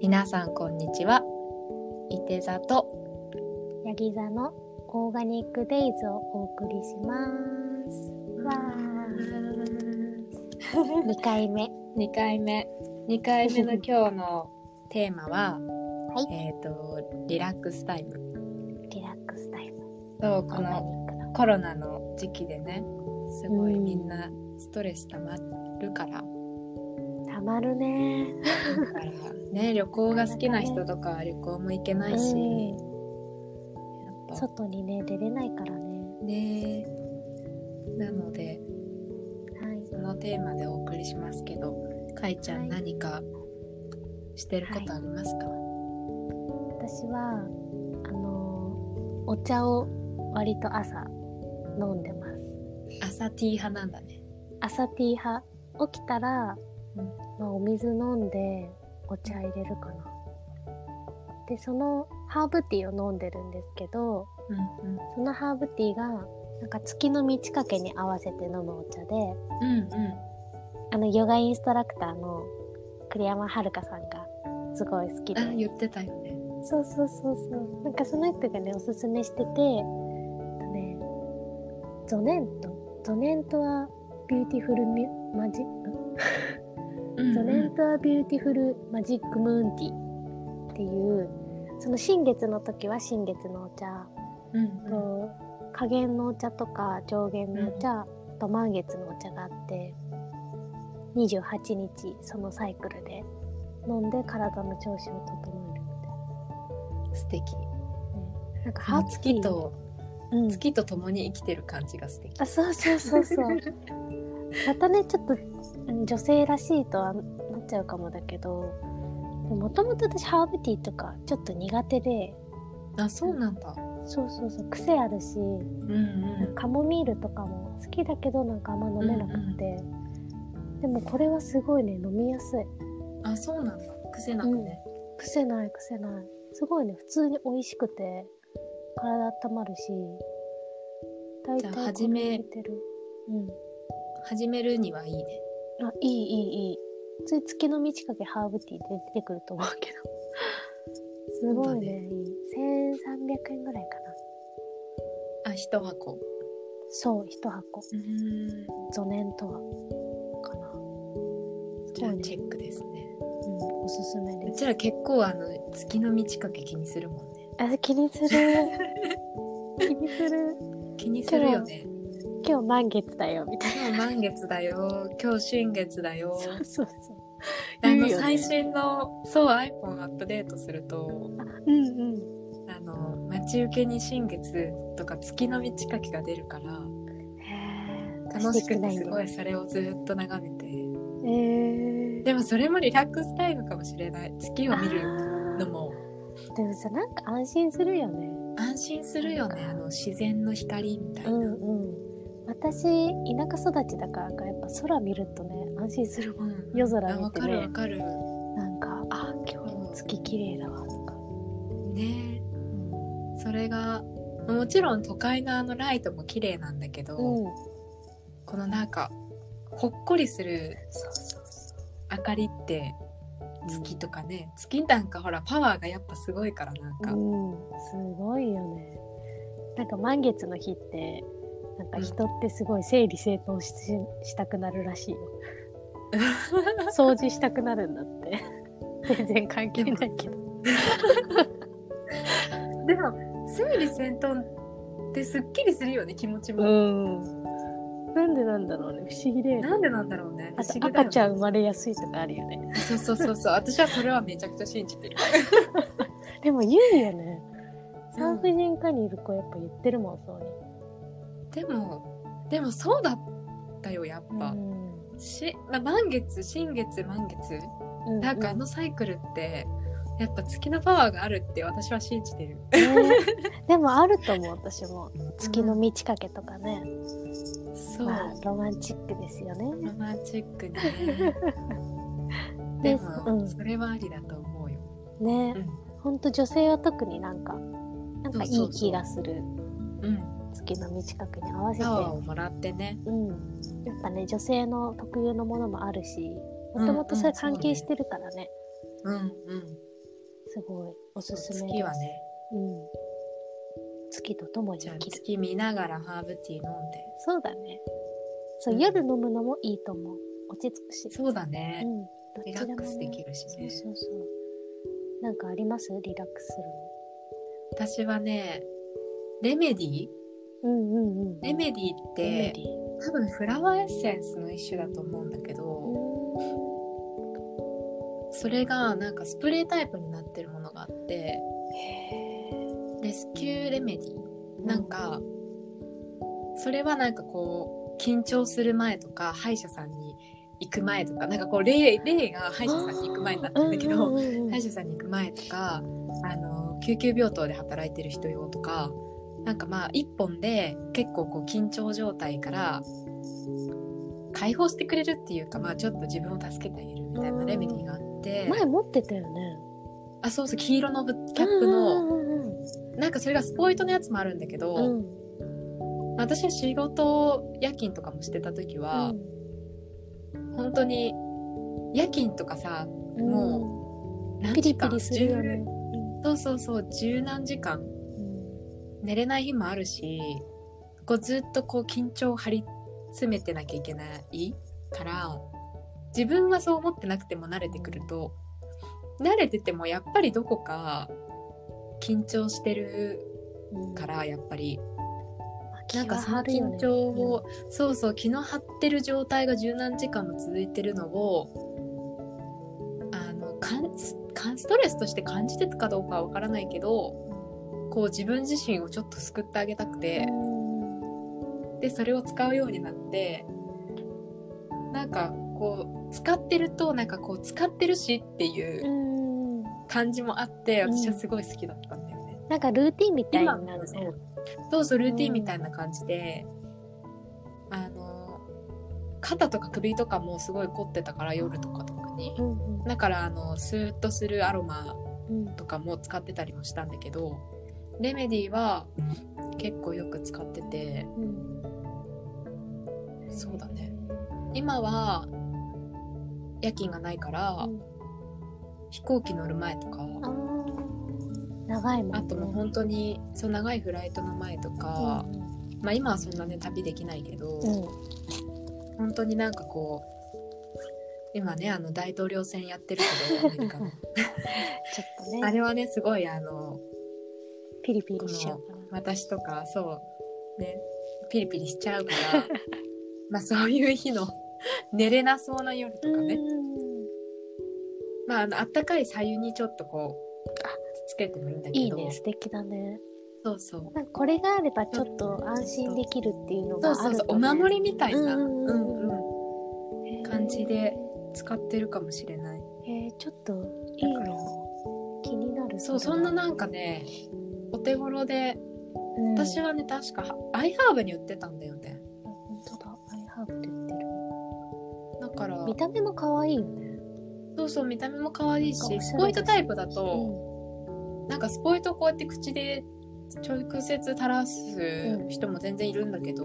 皆さんこんにちは。伊手座とヤギ座のオーガニックデイズをお送りします。わー、2回目。 2回目2回 目の今日のテーマは、はいえっ、とリラックスタイム。リラックスタイム。そうオこーガのニックの。コロナの時期でねすごいうんみんなストレス溜まるから。たまるね。だから ね、旅行が好きな人とかは旅行も行けないし、うんやっ外にね、出れないからね。ぱねなのではい。そのテーマでお送りしますけどかいちゃんはい何かしてることありますか、私は、あのーお茶を割と朝飲んでます。朝ティー派なんだね朝ティー派。起きたら、うんまあ、お水飲んでお茶入れるかな。で、そのハーブティーを飲んでるんですけど、うんそのハーブティーがなんか月の満ち欠けに合わせて飲むお茶うんでうんあのヨガインストラクターの栗山遥さんがすごい好きであ言ってたよねそうそうそうそうなんかその人がねおすすめしててあとねゾネントゾネントはビューティフルミュマジんうんゾネンうトはビューティフルマジックムーンティーっていうその新月の時は新月のお茶んうんと下限のお茶とか上限のお茶、あと満月のお茶があって28日そのサイクルで飲んで体の調子を整えるみたい素敵ななんかハハーーツツキとうん、月と共に生きてる感じが素敵あそうそうそうそう またねちょっとうん女性らしいとはなっちゃうかもだけどもともと私ハーブティーとかちょっと苦手で あそうなんだそうそうそう癖あるうしんうんカモミールとかも好きだけどなんかあんま飲めなくて、でもこれはすごいね飲みやすいあそうなんだ癖なくね、癖ない癖ないすごいね普通に美味しくて体温まるし大じゃあ体始めこれ入れてるうん始めるにはいいねあいいいいいい普通月の満ち欠けハーブティーで出てくると思うけ どすごいねいい1300円ぐらいかなあ一箱そう一箱うんゾネンとはかなじゃあそうねチェックですねうんおすすめでうすちら結構あの月の満ち欠け気にするもんねあ気にする気にする気にするよね今日満月だよみたい今日満月だよ今日新月だなよそうそうそうあ言のうよね最新のそう iPhone アップデートするとうんうあの待ち受けに新月とか月の満ち欠けが出るからんへえ楽しくてすごいいそれをずっと眺めてえー、でもそれもリラックスタイムかもしれない月を見るあーのもでもさなんか安心するよね安心するよねあの自然の光みたいうな、んうん私田舎育ちだからかやっぱ空見るとね安心するもんうん夜空見てあねわかるわかるなんかあ今日の月綺麗だわとか、ねうんそれがもちろん都会のあのライトも綺麗なんだけど、うん、このなんかほっこりするそうそうそう明かりって月とかね、月なんかほらパワーがやっぱすごいからなんか、うん、すごいよね。なんか満月の日って、なんか人ってすごい整理整頓ししたくなるらしいよ。掃除したくなるんだって。全然関係ないけど。でも整理整頓ってすっきりするよね気持ちうも、ん。なんでなんだろうね、不思議だよね。なんでなんだろうねあ不思議とだよね赤ちゃん生まれやすいとかあるよね。そうそうそうそう私はそれはめちゃくちゃ信じてるでも言うよね。産婦人科にいる子やっぱ言ってるもん、そうでに。もでもそうだったよやっぱ、し、まあ、満月新月満月うなんかあのサイクルってやっぱ月のパワーがあるって私は信じてる。ねでもあると思う私も月の満ち欠けとかね、そう。まあロマンチックですよねロマンチック ね。ででうもんそれはありだと思うよ。ね、うんほんと女性は特になんかなんかいそうそうそうい気がするうん。月の満ち欠けに合わせてパワーをもらってね。うんやっぱね女性の特有のものもあるしうんもともとそれうんそうね関係してるからね,、うんうん。すごいおすすめです月はねうん、月とともにじゃ生あきる月見ながらハーブティー飲んでそうだねそう、うん夜飲むのもいいと思う落ち着くしそうだうね、んどっリちラでッも、クスでね、きるしそうねそうそうなんかありますリラックスするの私はねレメディーうんうんうんレメディーっレメてディー多分フラワーエッセンスの一種だと思うんだけどそれがなんかスプレータイプになってるものがあってレスキューレメディーなんかそれはなんかこう緊張する前とか歯医者さんに行く前とかなんかこう例例が歯医者さんに行く前になってるんだけど、うんうんうん歯医者さんに行く前とかあの救急病棟で働いてる人用とかなんかまあ一本で結構こう緊張状態から解放してくれるっていうかまあちょっと自分を助けてあげるみたいなレメディーがあって前持ってたよねあそうそう黄色のブキャップのうんうんうんなんかそれがスポイトのやつもあるんだけど、うん私は仕事夜勤とかもしてた時は、本当に夜勤とかさうんもうん何ピ時リ間ピリするよね10そうそうそう十何時間寝れない日もあるしこうずっとこう緊張を張り詰めてなきゃいけないから自分はそう思ってなくても慣れてくると慣れててもやっぱりどこか緊張してるうんからやっぱりまあなんか気そはの張るよ緊ね張を、そうそう気の張ってる状態が十何時間も続いてるのをあのかんスかんストレスとして感じてたかどうかは分からないけどこう自分自身をちょっと救ってあげたくてうんでそれを使うようになってなんかこう使ってるとなんかこう使ってるしっていううん感じもあってうん私はすごい好きだったんだよね。なんかルーティンみたいに今なもるねそうそうそうルーティンみたいな感じで、あの肩とか首とかもすごい凝ってたから夜とか特にうんうんだからあのスーッとするアロマうんとかも使ってたりもしたんだけどレメディは結構よく使っててうんそうだね今は夜勤がないから、うん飛行機乗る前とかあー長いもんねあともう本当にそう長いフライトの前とか、まあ今はそんなね旅できないけど、うんうん本当になんかこう今ねあの大統領選やってるけどアメリカのちょっとあねれはねすごいあのピリピリしちゃうかな私とかそうねピリピリしちゃうから まあそういう日の寝れなそうな夜とかね、うんまああのあったかい白湯にちょっとこうあつけてもいいんだけどいいね素敵だねそうそうなんかこれがあればちょっと安心できるっていうのがそあうるそうそうおとね守りみたいな、ううんんううんんうん感じで使ってるかもしれないえーちょっといいだからの気になるそうそんななんかねお手頃で私ははね確かアイハーブに売ってたんだよね本当だアイハーブって言ってるだから見た目も可愛いよねそうそう見た目も可愛いなんかおしゃれしだしスポイトタイプだと、うなんかスポイトこうやって口で直接垂らす人も全然いるんだけど、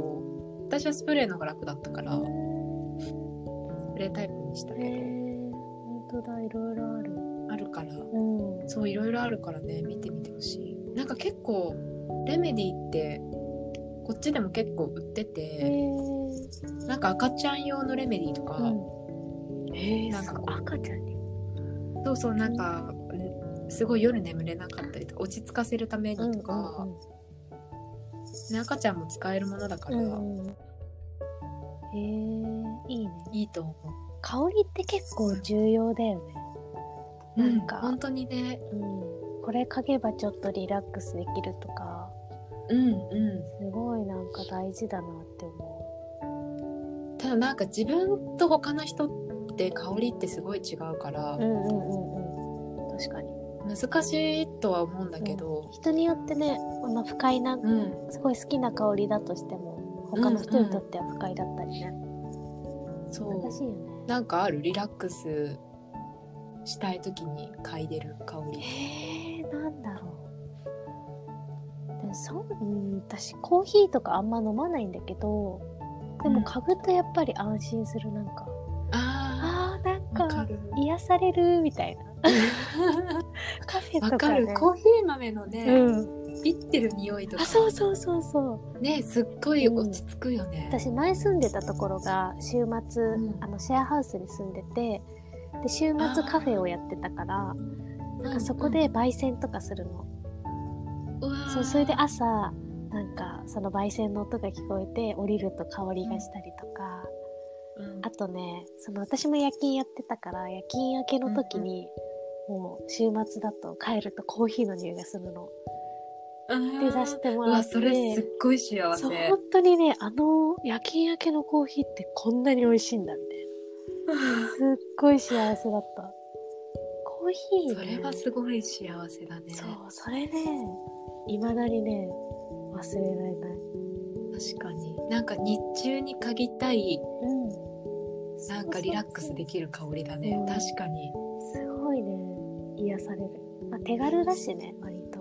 私はスプレーの方が楽だったからスプレータイプにしたんけへど、え本当だいろいろあるあるからうんそういろいろあるからね見てみてほしいなんか結構レメディってこっちでも結構売ってへて、えなんか赤ちゃん用のレメディとか、うん、えー、なんすかごこいう赤ちゃんにそうそうなんか、んすごい夜眠れなかったりとか落ち着かせるためにとか、ね赤ちゃんも使えるものだから、うんうんえー、いいねいいと思香りって結構重要だよう。ねなんか本当にね、うんこれ嗅げばちょっとリラックスできるとかうんうすごいなんか大事だなって思ん。ただなんか自分と他の人って香りってすごい違うからうう、んうんうんうん確かに難しいとは思うんだけど、人によってねこの不快なうん、すごい好きな香りだとしても他の人にとっては不快だったりねそ。難しいうよねなんかあるリラックスしたい時に嗅いでる香り。えー、なんだろうでもそうん私コーヒーとかあんま飲まないんだけどでうもん嗅ぐとやっぱり安心するなんか、ああーなんあ、わかかる。癒されるみたいなカフフェわとかかるねコーヒー豆のね、うん、ビってる匂いとかあそうそうそうそうねすっごい落ち着くよね、私前住んでたところが週末、うんあのシェアハウスに住んでてで週末カフェをやってたからなんかそこで焙煎とかするの、うんうん、うわーそうそれで朝なんかその焙煎の音が聞こえて降りると香りがしたりとか、うんあとねその私も夜勤やってたから夜勤明けの時に、もう週末だと帰るとコーヒーの匂いがするのうんで出してもうらわってそれすっごい幸せそう本当にねあの夜勤明けのコーヒーってこんなに美味しいんだみたいなすっごい幸せだったコーヒーそねれはすごい幸せだねそうそれねいまだにね忘れられない確かになんか日中に嗅ぎたいうんなんかリラックスできる香りだねうん確かにすごいね癒される、まあ、手軽だしね割と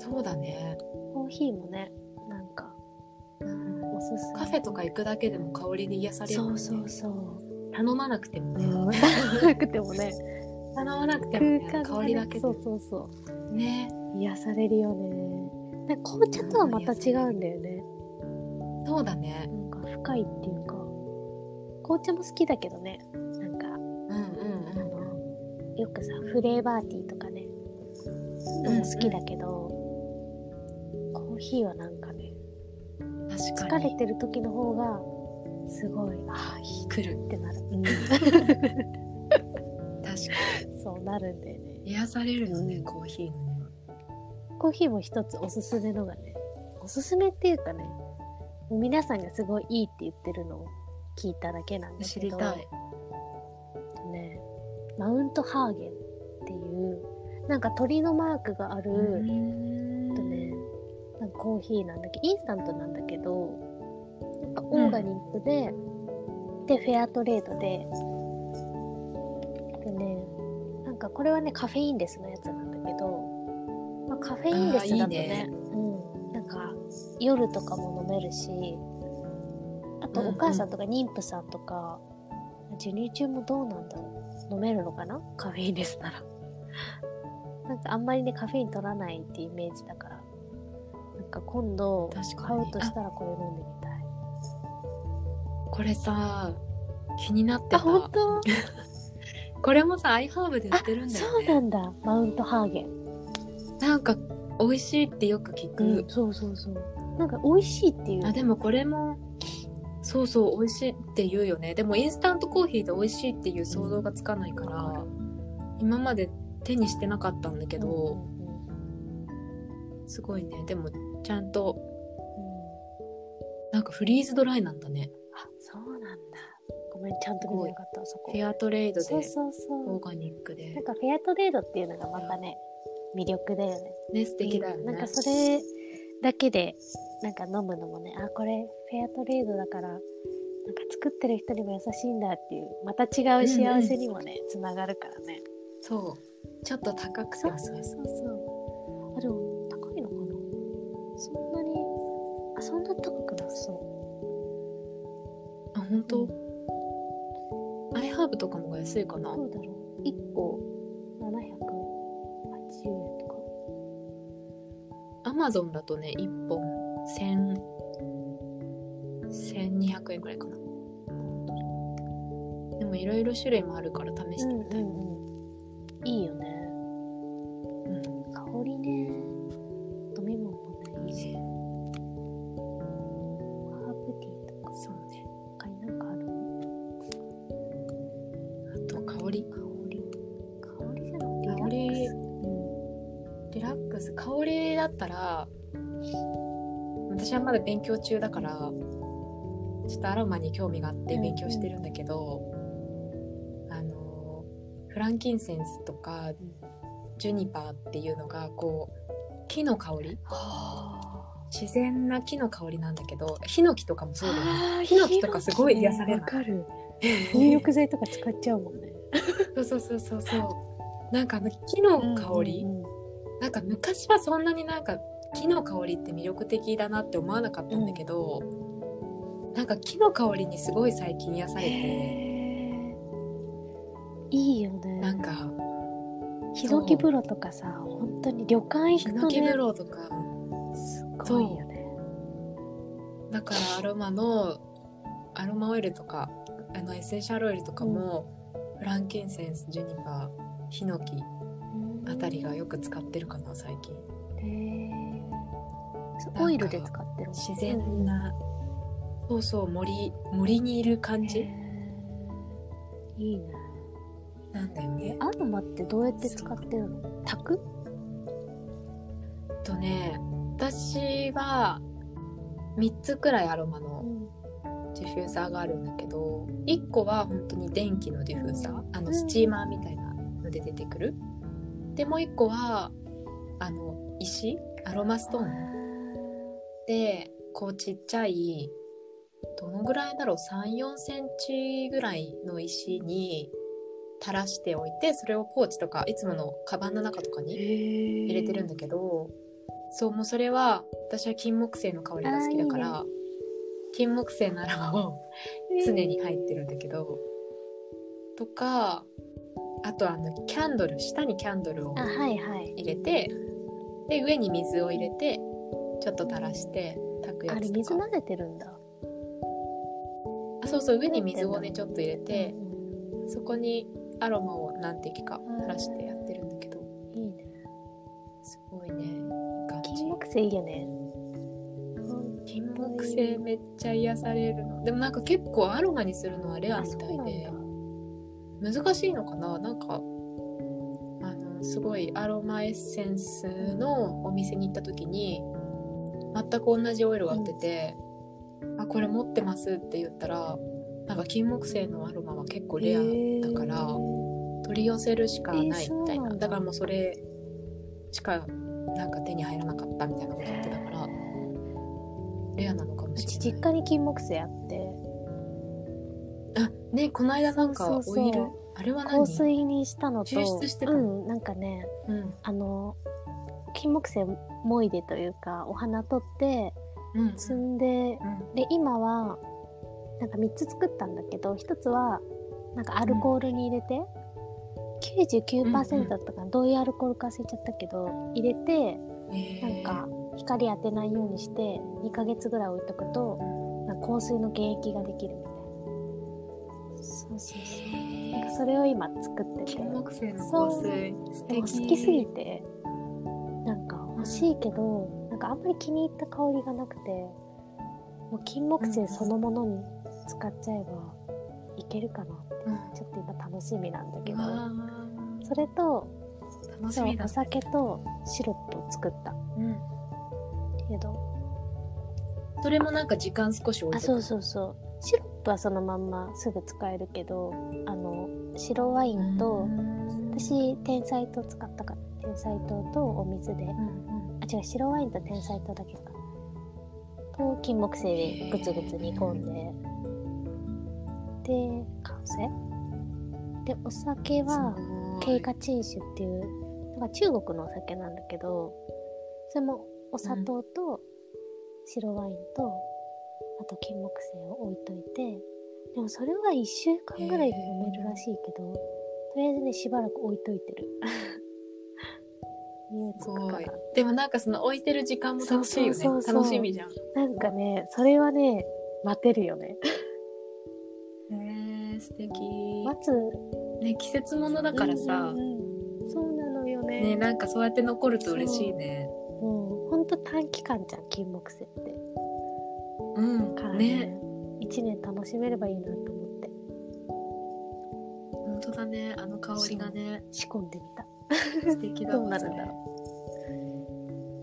そうだね、コーヒーもねなんかおすすめカフェとか行くだけでも香りに癒されるもんそねうそ うそう、頼まなくてもね、うん、なくてもね頼まなくて空も、間ね、が香ねりだけでそうそうそねう癒されるよねなんか紅茶とはまた違うんだよねそうだねなんか深いっていうか紅茶も好きだけどねなんかうんうんうんよくさフレーバーティーとかねそういうのも好きだけど、コーヒーはなんかねうん確か疲れにてる時の方がすごいああいい来るってなる、 確かそうなるんだよねに癒されるよね、うんコーヒーのねコーヒーも一つおすすめのがねおすすめっていうかねもう皆さんがすごいいいって言ってるのを聞いただけなんだけど知りたいねマウントハーゲンっていうなんか鳥のマークがある、んとねなんかコーヒーなんだけどインスタントなんだけどなんかオーガニックで、でフェアトレードででねなんかこれはねカフェインレスのやつなんだけど、まあ、カフェインレスだとあーねいいねうん、なんか夜とかも飲めるしあとうんうおん母さんとか妊婦さんとか、授乳中もどうなんだろう飲めるのかなカフェインレスなら。なんかあんまりねカフェイン取らないっていうイメージだからなんか今度買確かにうとしたらこれ飲んでみたいこれさ気になってあた本当これもさアイハーブで売ってるんだそようなねんだマウントハーゲン、なんか美味しいってよく聞く、うん、そうそうそうなんか美味しいっていうあでもこれもそうそう美味しいって言うよねでもインスタントコーヒーで美味しいっていう想像がつかないから、わかる今まで手にしてなかったんだけうど、んうんうんすごいねでもちゃんとなんかフリーズドライなんだねあそうなんだごめんちゃんと見てなかったそこフェアトレードそうでそうそオうーガニックでなんかフェアトレードっていうのがまたね魅力だよねね素敵だよね、なんかそれだけでなんか飲むのもねあこれフェアトレードだからなんか作ってる人にも優しいんだっていうまた違う幸せにもねつな、がるからねそうちょっと高くてそもうねそうそうそうあでも高いのかなそんなにあそんな高くなさそあ本当、アイハーブとかの方が安いかなうどうだろう1個780円とかアマゾンだとね1本1000 1200円くらいかなでもいろいろ種類もあるから試してみたい、うんうん、いいよねうん香りね飲み物もねいいしハーブティーとかそうね他になんかあるあと香り香り香りじゃな香くてりリラックスうリラックスん香りだったら私はまだ勉強中だからちょっとアロマに興味があって勉強してるんだけど、あのフランキンセンスとかジュニパーっていうのがこう木の香りあ自然な木の香りなんだけどヒノキとかもそうだよねーヒノキとかすごい癒されないわかる入浴剤とか使っちゃうもんね そうそうそうそうそうなんかあの木の香り、うんうんなんか昔はそんなになんか木の香りって魅力的だなって思わなかったんだけど、なんか木の香りにすごい最近癒さうんれてへーいいよねなんかヒノキ風呂とかさ本当に旅館行ヒくとノキね風呂とかすごいよねだからアロマのアロマオイルとかあのエッセンシャルオイルとかも、フランキンセンスジュニパーヒノキあたりがよく使ってるかな最近へえオイルで使ってるの自然な、そうそう森森にいる感へじえいいねなんだよねアロマってどうやって使ってるの炊くえっとね私は3つくらいアロマのディフューザーがあるんだけど1個は本当に電気のディフューザーあうのんスチーマーみたいなので出てくるでもう1個はあの石アロマストーンでこうちっちゃいどのぐらいだろう34センチぐらいの石に垂らしておいてそれをポーチとかいつものカバンの中とかに入入れてるんだけど、そうもうそれは私は金木犀の香りが好きだかあーら金木犀のアロマを常に入ってるんだけど、とかあとあのキャンドル下にキャンドルをあはいはい入れてで上に水を入れてちょっと垂らして炊くやあれつと水か慣れてるんだあそうそう上に水をねちょっと入れてうんそこにアロマを何滴か垂らしてやってるんだけどいいねすごいねいい感じ金木犀いいよね金木犀めっちゃ癒されるのでもなんか結構アロマにするのはレアあみそうたないんだで難しいのかななんかあのすごいアロマエッセンスのお店に行った時に全く同じオイルが売ってて「あこれ持ってます」って言ったらなんか金木犀のアロマは結構レアだから、へー取り寄せるしかないみたえいーそうな,、なんだだからもうそれしかなんか手に入らなかったみたいなこと言ってたからレアなのかもうしれないち。実家に金木犀あってあねこの間なんかそうそうそうオイルあれは何香水にしたのと抽出してたうのんなんかねうんあの金木犀もいでというかお花取ってうんうん摘んでで今はなんか3つ作ったんだけど1つはなんかアルコールに入れて、99%だったかな、どういうアルコールか忘れちゃったけど入れてえなーんか光当てないようにして2ヶ月ぐらい置いとくとなんか香水の原液ができるみたいなそうそうそうなんかそれを今作ってて金木犀の香水素でも敵好きすぎてなんか欲しいけどなんかあんまり気に入った香りがなくてもう金木犀そのものに使っちゃえばいけるかなってうんちょっと今楽しみなんだけどわそれとー楽しそうみだお酒とシロップを作ったうんけどそれもなんか時間少し置あいてそうそうそうシロップはそのまんますぐ使えるけどあの白ワインと私天才糖使ったから天才糖とお水であ違う白ワインと天才糖だけかと金木犀でグツグツ煮込んでで完成でお酒はケイ果カチン酒っていうなんか中国のお酒なんだけどそれもお砂糖と白ワインとあと金木犀を置いといてでもそれは1週間ぐらいで飲めるらしいけどとりあえずねしばらく置いといてる 匂いつすくかごいらでもなんかその置いてる時間も楽しいよねそうそうそう楽しみじゃんなんかね、それはね、待てるよね。へえ素敵待つ。ね季節ものだからさうんうんうんそうなのよね。ねなんかそうやって残ると嬉しいねもう、ほんと短期間じゃん、金木犀って。うんからねね。一年楽しめればいいなと思って、本当だねあの香りがね仕込んでみた。素敵だどうわなそるれんだ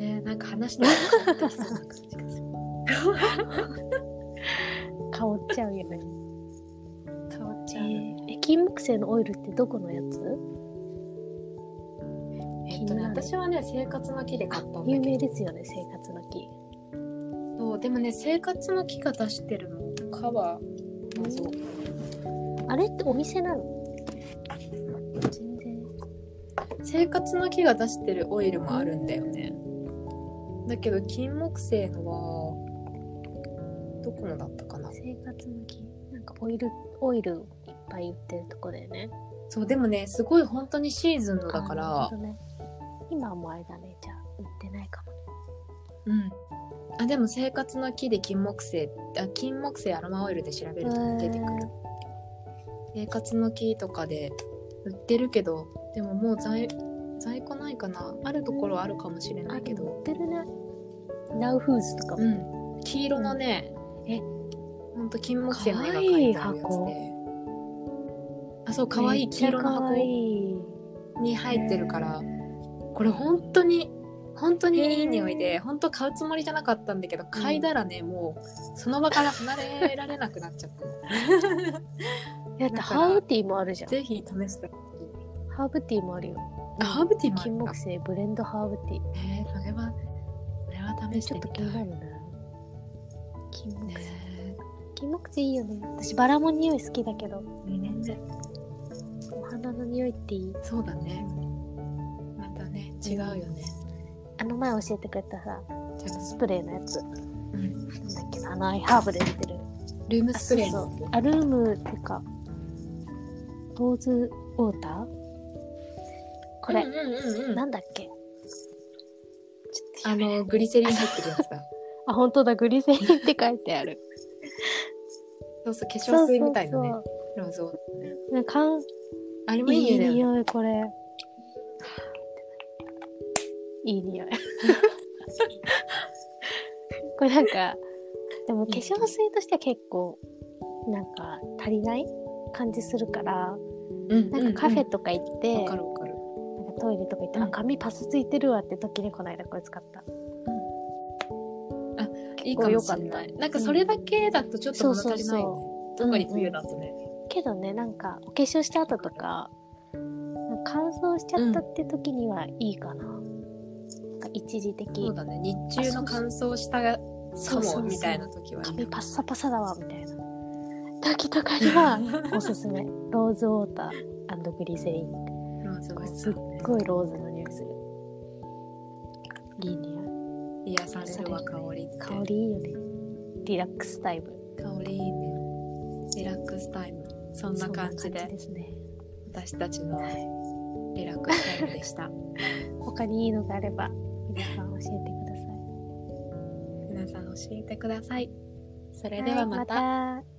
ねなんか話してると変わってきそうな感じがする香っちゃうよね。変わっちゃうねえ、金木犀のオイルってどこのやつえっとね私はね生活の木で買ったんだけ有ど名ですよね、生活の木。そうでもね生活の木が出してるのかは謎あれってお店なの全然。生活の木が出してるオイルもあるんだよねだけど金木犀のはどこのだったかな生活の木。なんかオイル、オイルいっぱい売ってるとこだよね。そうでもねすごい本当にシーズンのだかあなるらほどね、今はもうあれだねじゃあ売ってないかもねうんあでも生活の木で金木犀あ金木犀アロマオイルで調べるとね出てくる生活の木とかで売ってるけどでももう在在庫ないかなあるところあるかもしれえーないけあでも売どってるねナウフーズとかも、うん黄色のね、えほんと金木犀の絵が描いてあるやかつわいいであそうかわいい黄色のめっちゃ可愛箱いに入ってるからこれ本当に本当にいい匂いで本当買うつもりじゃなかったんだけど嗅いだらねもうその場から離れられなくなっちゃ っただってハーブティーもあるじゃんぜひ試してハーブティーもあるよあハーブティーもある金んだ木犀ブレンドハーブティーねそれはそれは試しちてょっみとた気いになるな金木ね犀金木犀いいよね私バラも匂い好きだけどねお花の匂いっていいそうだねまたね違うよねあの前教えてくれたさじゃあスプレーのやつなんだうんっけなあのアイハーブで売ってるルームスプレーあそうそうアルームっていうかローズウォーターこれ、うんうんうんうんなんだっけちょっとあやめのグリセリン入ってるやつだあ本当だグリセリンって書いてあるそうそう化粧水みたいなねそうローズウォーターねそうなんかんあれもいいい匂いいだよね匂いこれいい匂いこれなんかでも化粧水としては結構なんか足りない感じするからうんなんかカフェとか行って、わかるわかるなんかトイレとか行って、うあん髪パサついてるわって時にこの間これ使った、あいい結か構も良しかれったないなんかそれだけだとちょっと物足りないそうよね特に冬だとねけどねなんかお化粧した後とかなんか乾燥しちゃったって時にはいいかな,、なんか一時的そうだね日中の乾燥したかそうそうそもうみたいな時はいい髪パッサパサだわみたいな時とかに はおすすめローズウォーターグリセリンローズウォーターすっごいローズの匂いするいい匂い癒されるわ香りって香りいいよねリラックスタイム香りいいねリラックスタイムそんな感じそんなでですね私たちのリラックスタイムでした他にいいのがあれば皆さん教えてください皆さん教えてくださいそれではまたはいまた